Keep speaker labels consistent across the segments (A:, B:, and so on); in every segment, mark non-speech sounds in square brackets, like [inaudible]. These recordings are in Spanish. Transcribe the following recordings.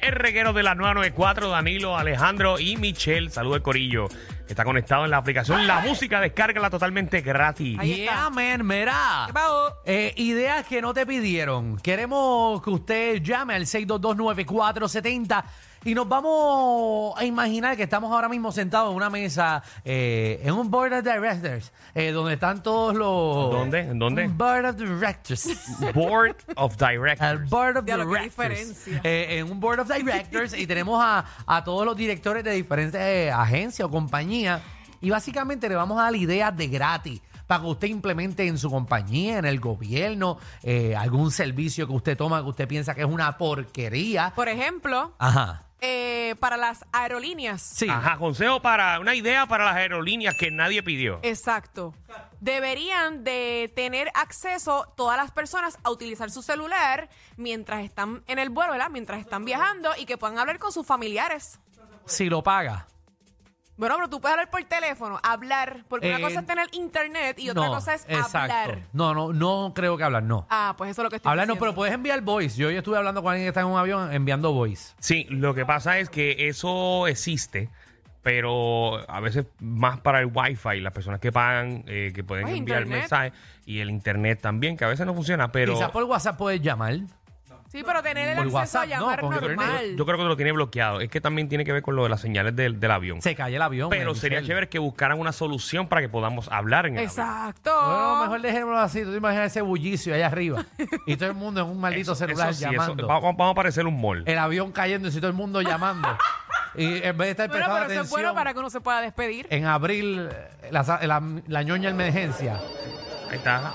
A: el reguero de la 994, Danilo, Alejandro y Michelle. Saludos, Corillo. Está conectado en la aplicación La Música, descárgala totalmente gratis.
B: Ahí
C: Yeah,
B: está.
C: man, mira.
B: ¿Qué pasó?
C: Eh, ideas que no te pidieron. Queremos que usted llame al 6229470 y nos vamos a imaginar que estamos ahora mismo sentados en una mesa, eh, en un board of directors, eh, donde están todos los...
A: ¿Dónde? ¿En dónde?
C: Un board of directors.
A: Board of
C: Al
A: Directors.
C: Board of
B: Ya, lo que
C: Directors.
B: diferencia.
C: Eh, en un Board of Directors y tenemos a, a todos los directores de diferentes eh, agencias o compañías. Y básicamente le vamos a dar ideas de gratis para que usted implemente en su compañía, en el gobierno, eh, algún servicio que usted toma que usted piensa que es una porquería.
B: Por ejemplo,
C: Ajá.
B: eh, para las aerolíneas.
C: Sí.
A: Ajá, consejo para una idea para las aerolíneas que nadie pidió.
B: Exacto. Deberían de tener acceso todas las personas a utilizar su celular mientras están en el vuelo, ¿verdad? Mientras están viajando y que puedan hablar con sus familiares.
C: Si lo paga.
B: Bueno, pero tú puedes hablar por teléfono, hablar, porque
C: Eh,
B: una cosa es tener internet y otra
C: No,
B: cosa es
C: exacto.
B: hablar.
C: No, no, no creo que hablar, no.
B: Ah, pues eso es lo que estoy
C: Hablar no, pero
B: diciendo.
C: puedes enviar voice. Yo hoy estuve hablando con alguien que está en un avión enviando voice.
A: Sí, lo que pasa es que eso existe, pero a veces más para el wifi, las personas que pagan, eh, que pueden
B: Pues,
A: enviar
B: internet.
A: mensajes, y el internet también, que a veces no funciona, pero
C: Quizás por WhatsApp puedes llamar.
B: Sí, pero tener el
C: Por
B: acceso a
C: WhatsApp, no,
B: llamar
C: con internet.
B: normal.
A: yo creo que lo tiene bloqueado. Es que también tiene que ver con lo de las señales del, del avión.
C: Se cae el avión.
A: Pero
C: eh,
A: sería
C: Michelle.
A: chévere que buscaran una solución para que podamos hablar en el avión.
B: Exacto.
C: Bueno, mejor dejémoslo así. Tú te imaginas ese bullicio allá arriba. Y todo el mundo en un maldito
A: Eso-
C: celular
A: eso sí, eso-
C: llamando.
A: va- va- vamos a parecer un mall.
C: El avión cayendo y todo el mundo llamando. y en vez de estar
B: Bueno,
C: prestando
B: pero eso
C: atención
B: es bueno para que uno se pueda despedir.
C: en abril eh, la, sa- la, la ñoña emergencia.
A: Ahí está.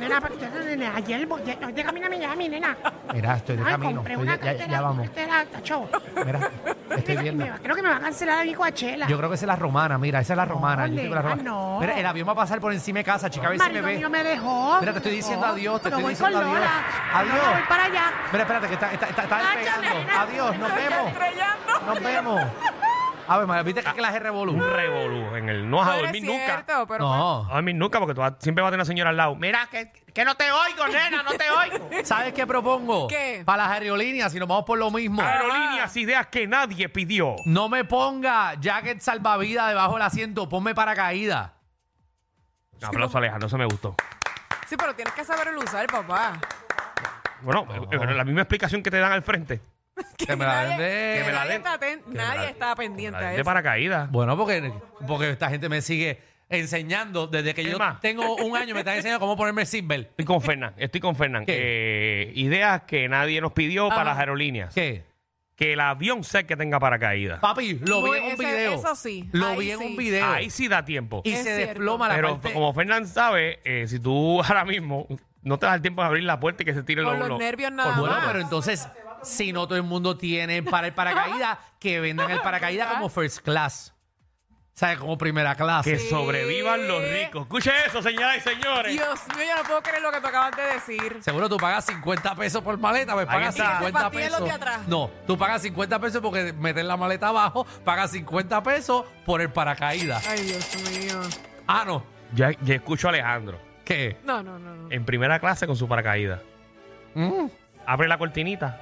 D: Nena, porque usted, nena, ayer voy, hoy de camino a Miami, nena.
C: Mira, estoy de
D: Ay,
C: camino.
D: compré
C: Estoy-
D: una
C: ya, ya-
D: cartera,
C: ya vamos.
D: cartera, tacho.
C: Mira, estoy
D: Me
C: viendo.
D: va- creo que me va a cancelar mi coachela.
C: Yo creo que esa es la romana, mira, esa es la romana. Yo estoy con la
D: nena,
C: romana.
D: no.
C: Mira, el avión va a pasar por encima de casa, chica, a ver si me
D: Marido
C: ve.
D: mío me dejó.
C: Mira, te estoy diciendo
D: No,
C: adiós, te
D: pero
C: estoy
D: voy
C: diciendo
D: con
C: adiós.
D: Lola.
C: Adiós.
D: No, voy para allá.
C: Mira, espérate, que está, está, está, está
D: Nacho,
C: despegando.
D: nena.
C: Adiós, nos
B: Se está
C: vemos.
B: estrellando.
C: Nos vemos. A ver, María, viste que la revolú.
A: Un revolú en el. No vas a
B: Pero es
A: dormir nunca.
B: cierto, pero
A: No
C: No.
A: vas a dormir nunca porque tú vas- siempre va a tener una señora al lado. Mira, que, que no te oigo, nena, no te oigo.
C: ¿Sabes qué propongo?
B: ¿Qué?
C: Para las aerolíneas, si nos vamos por lo
A: [laughs]
C: mismo.
A: Aerolíneas, ideas que nadie pidió.
C: No me ponga jacket salvavidas debajo del asiento, ponme paracaídas.
A: Un aplauso, Alejandro, eso me gustó.
B: Sí, pero tienes que saberlo usar, papá.
A: Bueno, eh, eh, la misma explicación que te dan al frente.
C: Que me la den de-
B: nadie,
A: que me la
B: nadie
A: den.
B: está aten-
A: me la
B: nadie
A: den.
B: está pendiente a
A: De
B: eso.
A: paracaídas.
C: Bueno, porque, porque esta gente me sigue enseñando desde que
A: Es
C: yo
A: más.
C: tengo un año, me están enseñando cómo ponerme el seatbelt.
A: Estoy con Fernán, estoy con Fernán. Eh, ideas que nadie nos pidió
B: Ah.
A: para las aerolíneas.
C: ¿Qué?
A: Que el avión sea que tenga paracaídas.
C: Papi, lo vi
B: Muy-
C: en un
B: ese-
C: video.
B: eso sí,
C: Lo
B: ahí
C: vi en
B: sí.
C: un video.
A: Ahí sí da tiempo.
C: Y
B: Es
C: se
B: cierto.
C: desploma la
A: Pero
C: parte-
A: como Fernán sabe, eh, si tú [laughs] ahora mismo no te das el tiempo de abrir la puerta y que se tire
B: Por
A: los,
B: los
A: los-
B: nervios nada
A: por-
B: más.
C: Bueno,
B: Ah.
C: pero entonces, si no todo el mundo tiene para el paracaídas, que vendan el paracaídas como first class. ¿Sabes? Como primera
A: Que
C: clase.
A: sobrevivan los ricos. Escuche eso, señoras y señores.
B: Dios mío, yo no puedo creer lo que tú acabas de decir.
C: Seguro tú pagas 50 pesos por maleta, pues
A: está.
C: pagas
A: Y que se
C: 50
B: fastidien los
C: pesos.
B: de atrás.
C: No, tú pagas 50 pesos porque meter la maleta abajo, pagas 50 pesos por el paracaídas.
B: Ay, Dios mío.
C: Ah, no.
A: Ya, ya escucho a Alejandro
C: ¿Qué?
B: No, no, no. no.
A: en primera clase con su paracaídas.
C: Mm,
A: Abre la cortinita.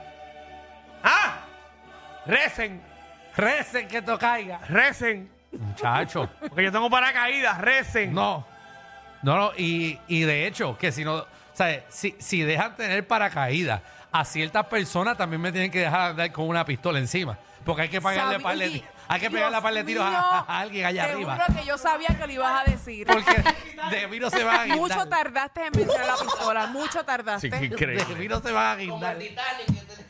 A: ¡Ah! Recen,
C: Recen que esto caiga.
A: recen.
C: Muchacho.
A: Porque yo tengo paracaídas, recen.
C: No. No, no, y, y de hecho, que si no, ¿sabes? Si, si dejan tener paracaídas, a ciertas personas también me tienen que dejar andar con una pistola encima. Porque hay que pagarle
B: Sabi-
C: par de-
B: Oye,
C: hay que pegarle
B: Dios
C: par de tiros a,
B: mío,
C: a alguien allá
B: te
C: arriba.
B: juro que yo sabía que lo ibas a decir.
C: Porque
B: [laughs]
C: de mí no se van a guindar.
B: Mucho tardaste en mencionar la pistola. Mucho
A: Sí,
B: tardaste.
A: qué
C: De mí
A: increíble.
C: no se van a guindar. [laughs]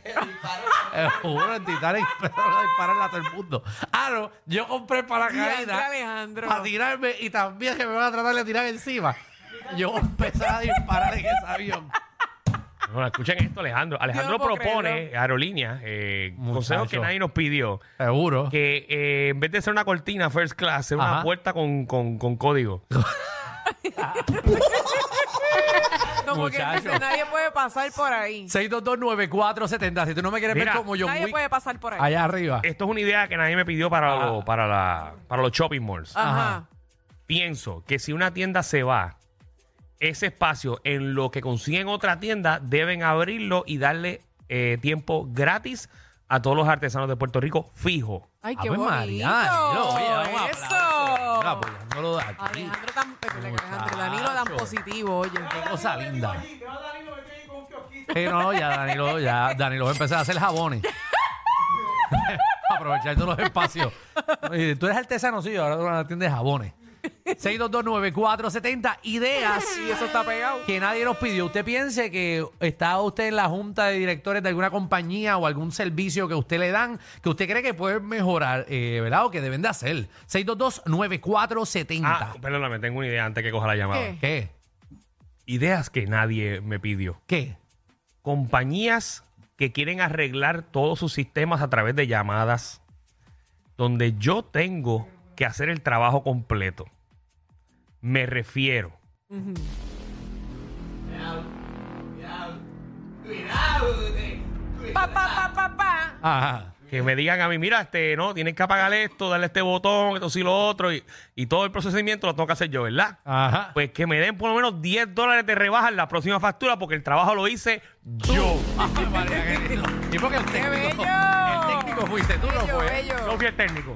C: Eh, juro, en Titanic, [laughs] pero no disparan a todo el mundo. Ah, no, yo compré el
B: Diantre,
C: paracaídas
B: Alejandro.
C: para tirarme y también que me van a tratar de tirar encima. Yo voy a empezar a disparar en ese avión.
A: No, escuchen esto, Alejandro. Alejandro
B: puedo
A: propone, aerolíneas, eh, consejos que
C: Muchacho.
A: nadie nos pidió,
C: [laughs] Seguro.
A: que eh, en vez de ser una cortina first class, sea una
C: Ajá.
A: puerta con, con- con código.
B: No, porque él dice,
C: Muchacho.
B: nadie puede pasar por ahí.
C: 6229470. Si tú no me quieres
A: Mira.
C: ver como John
B: Nadie
C: Wick
B: puede pasar por ahí.
C: allá arriba.
A: Esto es una idea que nadie me pidió para,
C: Ah.
A: lo- para, la- para los shopping malls.
B: Ajá.
C: Ajá.
A: pienso que si una tienda se va, ese espacio en lo que consiguen otra tienda, deben abrirlo y darle eh, tiempo gratis a todos los artesanos de Puerto Rico fijo.
B: Ay, qué
C: Ave
B: bonito.
C: Ah, pues, María, Danilo, oye, da un aplauso. Mira,
B: Eso.
C: apoyándolo de aquí.
B: Alejandro tan, perdón, Alejandro, Danilo tan
C: Muchacho.
B: positivo, oye.
C: Qué cosa linda. Eh, no, no, ya Danilo, ya Danilo va a empezar a hacer jabones. [laughs] Aprovechando los espacios. Oye, Tú eres artesano, sí, ahora tú eres una tienda de jabones. 6229470, ideas
B: Y eso está pegado.
C: que nadie nos pidió. Usted piense que está usted en la junta de directores de alguna compañía o algún servicio que usted le dan, que usted cree que puede mejorar, eh, ¿verdad? O que deben de hacer. 6229470.
A: Ah, perdóname, tengo una idea antes que coja la llamada.
B: ¿Qué?
C: ¿Qué?
A: Ideas que nadie me pidió.
C: ¿Qué?
A: compañías que quieren arreglar todos sus sistemas a través de llamadas, donde yo tengo que hacer el trabajo completo. Me refiero.
B: Pa, pa, pa, pa, pa.
C: Ajá.
A: Que me digan a mí, mira, este, no, tienes que apagar esto, darle este botón, esto sí, lo otro, y, y todo el procesamiento lo tengo que hacer yo, ¿verdad?
C: Ajá.
A: Pues que me den por lo menos 10 dólares de rebaja en la próxima factura porque el trabajo lo hice yo.
C: Ay, María, qué lindo. Y porque el técnico,
B: bello!
C: el técnico fuiste tú, no
B: Bello,
C: fue.
B: bello.
A: No fui el técnico.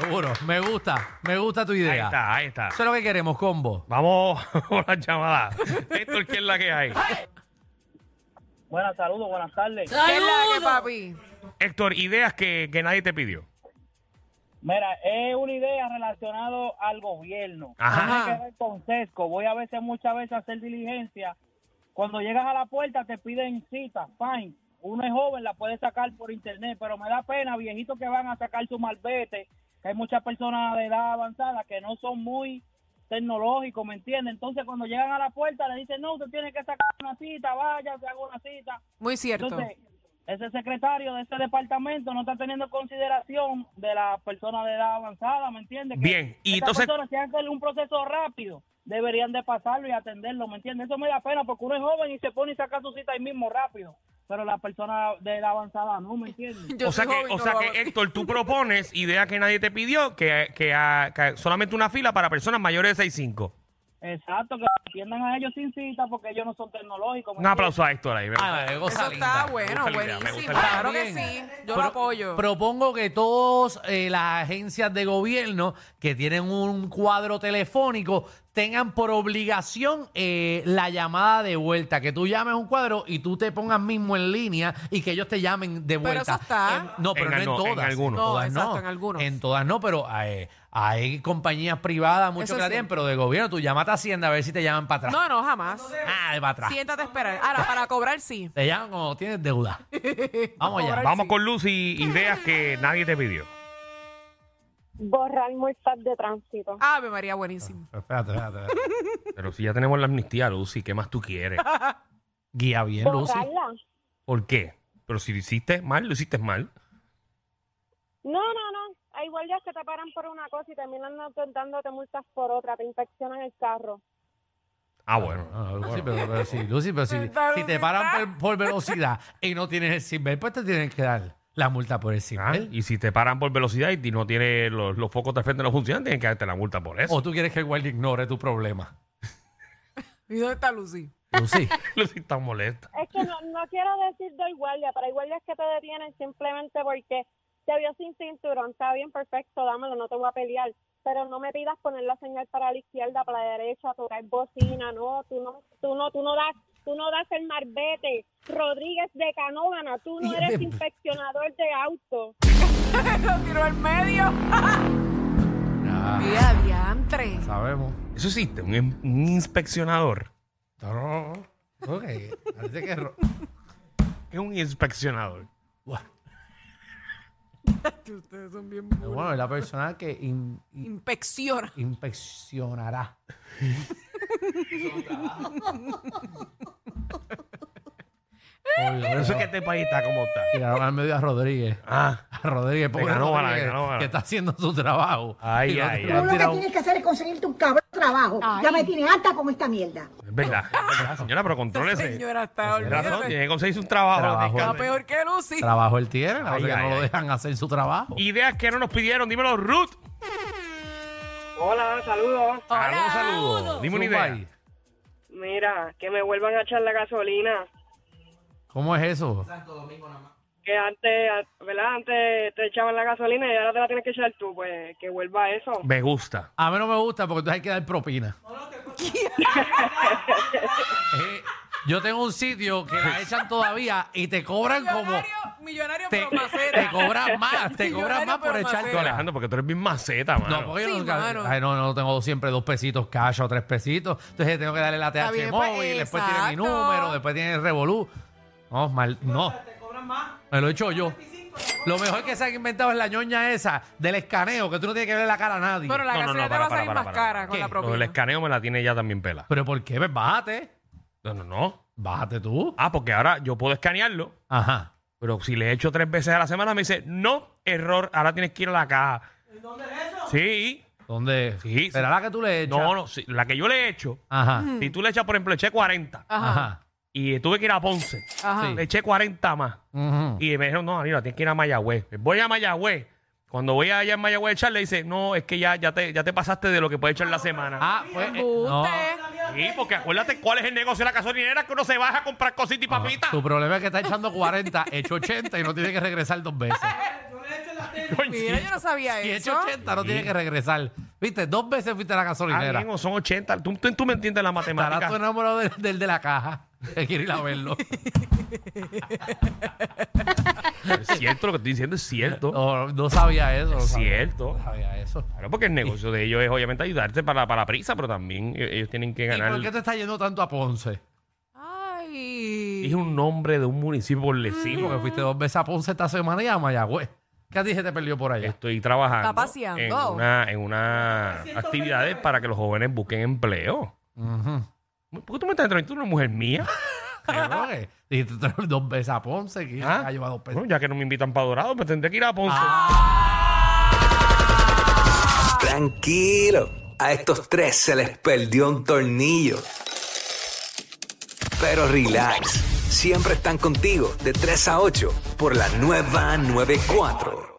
C: Seguro, me gusta, me gusta tu idea.
A: Ahí está, ahí está.
C: Eso es lo que queremos, combo.
A: Vamos [laughs] con las llamadas. Héctor, ¿qué es la que hay?
E: Buenas, saludos, buenas tardes.
B: ¿Qué es la que, papi?
A: Héctor, ideas que, que nadie te pidió.
E: Mira, es una idea relacionada al gobierno.
A: Ajá.
E: Tiene que ver con sesco. Voy a veces, muchas veces, a hacer diligencia. Cuando llegas a la puerta te piden cita, fine. Uno es joven, la puede sacar por internet, pero me da pena, viejitos que van a sacar su malvete, que hay muchas personas de edad avanzada que no son muy tecnológicos, ¿me entiendes? Entonces, cuando llegan a la puerta le dicen, no, usted tiene que sacar una cita, vaya, se haga una cita.
B: Muy cierto.
E: Entonces, ese secretario de ese departamento no está teniendo consideración de las personas de edad avanzada, ¿me entiendes?
A: Bien, y entonces-
E: personas si hacen un proceso rápido, deberían de pasarlo y atenderlo, ¿me entiendes? Eso me da pena porque uno es joven y se pone y saca su cita ahí mismo rápido, pero las personas de edad avanzada no,
A: [laughs]
E: ¿me
B: [laughs]
E: entiendes?
B: Yo
A: o sea
B: soy
A: que,
B: joven,
A: o
B: no
A: sea
B: lo
A: que
B: hago.
A: Héctor, tú propones idea que nadie te pidió, que, que, ah, que solamente una fila para personas mayores de 6'5".
E: Exacto, que atiendan a ellos sin cita porque ellos no son tecnológicos. ¿me
A: Un aplauso a Héctor ahí. me gusta.
C: Ah, qué cosa
B: Eso
C: linda.
B: está bueno,
A: gusta la idea, me gusta
B: buenísimo.
A: la
B: Claro que
C: idea.
B: sí. Yo lo
C: Pro-
B: apoyo.
C: Propongo que todas las agencias de gobierno que tienen un cuadro telefónico tengan por obligación eh, la llamada de vuelta. Que tú llames un cuadro y tú te pongas mismo en línea y que ellos te llamen de
B: Pero
C: vuelta.
B: eso está.
C: En- no, pero
A: En
C: no en
A: algo- en
C: todas.
A: algunos.
C: En todas
B: No, exacto,
C: no.
B: en algunos.
C: En todas no, pero hay, hay compañías privadas, mucho
B: Eso
C: que la
B: sí.
C: tienen, pero de gobierno tú llamas a Hacienda a ver si te llaman para atrás.
B: No, no, jamás.
C: Ah, de para atrás.
B: Siéntate a esperar. Ahora, para cobrar, sí.
C: Te llaman cuando tienes
B: [laughs]
C: deuda. Vamos allá.
A: Vamos con Lucy, ideas que nadie te pidió.
F: Borrar multas de tránsito.
B: Ave María, buenísimo.
C: Espérate, espérate. espérate.
A: Pero si ya tenemos la amnistía, Lucy, ¿qué más tú quieres?
C: Guía bien, Lucy.
F: Borrarla.
A: ¿Por qué? Pero si lo hiciste mal, lo hiciste mal.
F: No, no, no. Hay guardias que te paran por una cosa y terminan dándote multas por otra. Te inspeccionan el carro.
A: Ah, bueno.
C: Ah, Lucy, pero, pero sí, Lucy, pero sí,
B: Pero
C: si te
B: velocidad.
C: paran por, por velocidad y no tienes el CIMBEL, pues te tienen que dar la multa por el
A: Ah,
C: CIMBEL.
A: Y si te paran por velocidad y no tienes los, los focos de frente no funcionan, tienen que darte la multa por eso.
C: O tú quieres que el guardia ignore tu problema.
B: ¿Y dónde está Lucy?
C: Lucy,
A: [laughs] Lucy está molesta.
F: Es
C: [laughs]
F: que no, no quiero decir doy guardia, pero hay guardias que te detienen simplemente porque te vio sin cinturón. Está bien, perfecto, dámelo, no te voy a pelear. Pero no me pidas poner la señal para la izquierda, para la derecha, tocar bocina. No, tú no, tú no, tú no das. Tú no das el marbete, Rodríguez de Canóvana, tú no
C: Y-
F: eres inspeccionador de auto.
B: Lo tiró al medio.
C: [laughs] ya
B: Mira, diantre.
C: sabemos.
A: Eso existe, un, in- un inspeccionador.
C: No, no, no. Ok, parece que... ro-
A: Es un inspeccionador.
C: Buah.
B: Ustedes son bien
C: Bueno, es la persona que in- in-
B: Inspecciona.
C: inspeccionará. Oye,
A: Por eso
C: pero-
A: es que este país está como está.
C: Tiraron al medio a Rodríguez.
A: Ah.
C: [laughs] A Rodríguez, pobre
A: ganó bala,
C: Rodríguez,
A: me ganó bala.
C: que está haciendo su trabajo.
A: Ay,
C: Y no
A: ay, ay.
C: te lo han
D: Tú lo que
C: tirado.
D: tienes que hacer es conseguirte un cabrón trabajo. Ya me tienes harta con esta mierda.
A: Es verdad, es verdad, señora, pero contrólese.
B: Señora, está
A: Tiene razón,
B: olvídate.
A: tiene que conseguirse un trabajo.
C: Trabajo.
A: tiene
B: Está
A: que-
B: peor que Lucy.
C: Trabajo él tiene, la
A: Ay,
C: cosa es que
A: ay,
C: no lo
A: ay.
C: dejan hacer su trabajo.
A: Ideas que no nos pidieron, dímelo, Ruth.
G: Hola, saludos.
A: Saludos, saludos. Dime una
C: Zumba
A: idea.
C: ahí.
G: Mira, que me vuelvan a echar la gasolina.
C: ¿Cómo es eso?
G: que antes, a- ¿verdad? Antes te echaban la gasolina y ahora te la tienes que echar tú, pues que vuelva eso.
A: Me gusta.
C: A mí no me gusta porque entonces hay que dar
B: [laughs]
C: propina. Eh, yo tengo un sitio que la echan todavía y te cobran como.
B: millonario, millonario
C: Te,
B: pero macera.
C: te cobran más, te cobran
B: Millonario,
C: más por
B: pero
C: echar
B: maceta.
C: cola.
A: Alejandro, porque tú eres bien maceta, mano.
C: No, porque
B: Sí,
C: yo nunca,
B: mano.
C: ay, no, no tengo siempre dos pesitos cash o tres pesitos. Entonces tengo que darle la
B: Está
C: TH
B: bien, pues,
C: móvil, después tiene mi
B: exacto.
C: número, después tiene el Revolú. No, mal, no. Me lo he hecho yo. Lo mejor que se han inventado es la ñoña esa del escaneo, que tú no tienes que ver la cara a nadie.
B: Pero la
A: No, no, no,
B: gasolina te
A: para,
B: va a
A: para,
B: salir
A: para,
B: más
A: para,
B: cara
A: para.
B: con
C: ¿Qué?
B: la
C: No,
A: No, el
B: propina.
A: escaneo me la tiene ya también pela.
C: ¿Pero por qué? Pues bájate.
A: No, no, no.
C: Bájate tú.
A: Ah, porque ahora yo puedo escanearlo,
C: Ajá.
A: pero si le echo tres veces a la semana me dice, no, error, ahora tienes que ir a la caja. ¿Dónde es eso? Sí.
C: ¿Dónde?
A: Sí, sí.
C: ¿Será la que tú le echas?
A: No, no, sí, la que yo le echo,
C: Ajá.
A: si tú le echas, por ejemplo, eché 40
B: Ajá.
C: Ajá.
A: y tuve que ir a Ponce,
B: Ajá.
C: Sí.
A: le eché 40 más
C: Ujú.
A: y me dijeron, no, Danilo, tienes que ir a Mayagüez. Voy a Mayagüez. Cuando voy allá en Mayagüez a echar, le dice, no, es que ya, ya, te, ya te pasaste de lo que puedes echar la semana.
C: Ah, pues. eh, no.
B: Embuste.
A: Sí, porque acuérdate cuál es el negocio de la gasolinera que uno se baja a comprar cositas y
C: Ajá.
A: papitas.
C: Tu problema es que está echando 40, hecho 80 y no tiene que regresar dos veces.
B: [laughs] Mira, yo no sabía
C: Y hecho
B: eso.
C: 80 no
A: Sí.
C: tiene que regresar. Viste, dos veces fuiste a la
A: Ah,
C: gasolinera.
A: bien, o son 80. Tú, tú, tú me entiendes la
C: Estarás tú
A: matemática.
C: enamorado del, del de la caja. [laughs] Que quiere ir a verlo.
A: [laughs] Es cierto, lo que estoy diciendo es cierto.
C: No, no sabía eso. no
A: Es
C: sabía-
A: cierto.
C: No sabía eso.
A: Claro, porque el negocio de ellos es obviamente ayudarte para, para la prisa, pero también e- ellos tienen que
C: ¿Y por qué
A: ganar.
C: te está yendo tanto a Ponce?
A: Dije
B: Ay.
A: un nombre de un municipio por
C: Sí,
A: decirlo.
C: porque fuiste dos veces a Ponce esta semana y a Mayagüez. ¿Qué a ti se te perdió por allá?
A: Estoy trabajando
B: Está paseando.
A: en una, en una actividades para que los jóvenes busquen empleo.
C: Ujú.
A: ¿Por qué tú me estás entrevistando? ¿Tú eres una mujer mía?
C: Pero, ¿qué? Dijiste [laughs] otra vez dos veces a Ponce. Que
A: ¿Ah?
C: ha llevado dos veces.
A: Bueno, ya que no me invitan para Dorado, pues tendré que ir a Ponce.
H: Tranquilo, a estos tres se les perdió un tornillo. Pero relax, siempre están contigo de 3 a 8 por la nueva 94.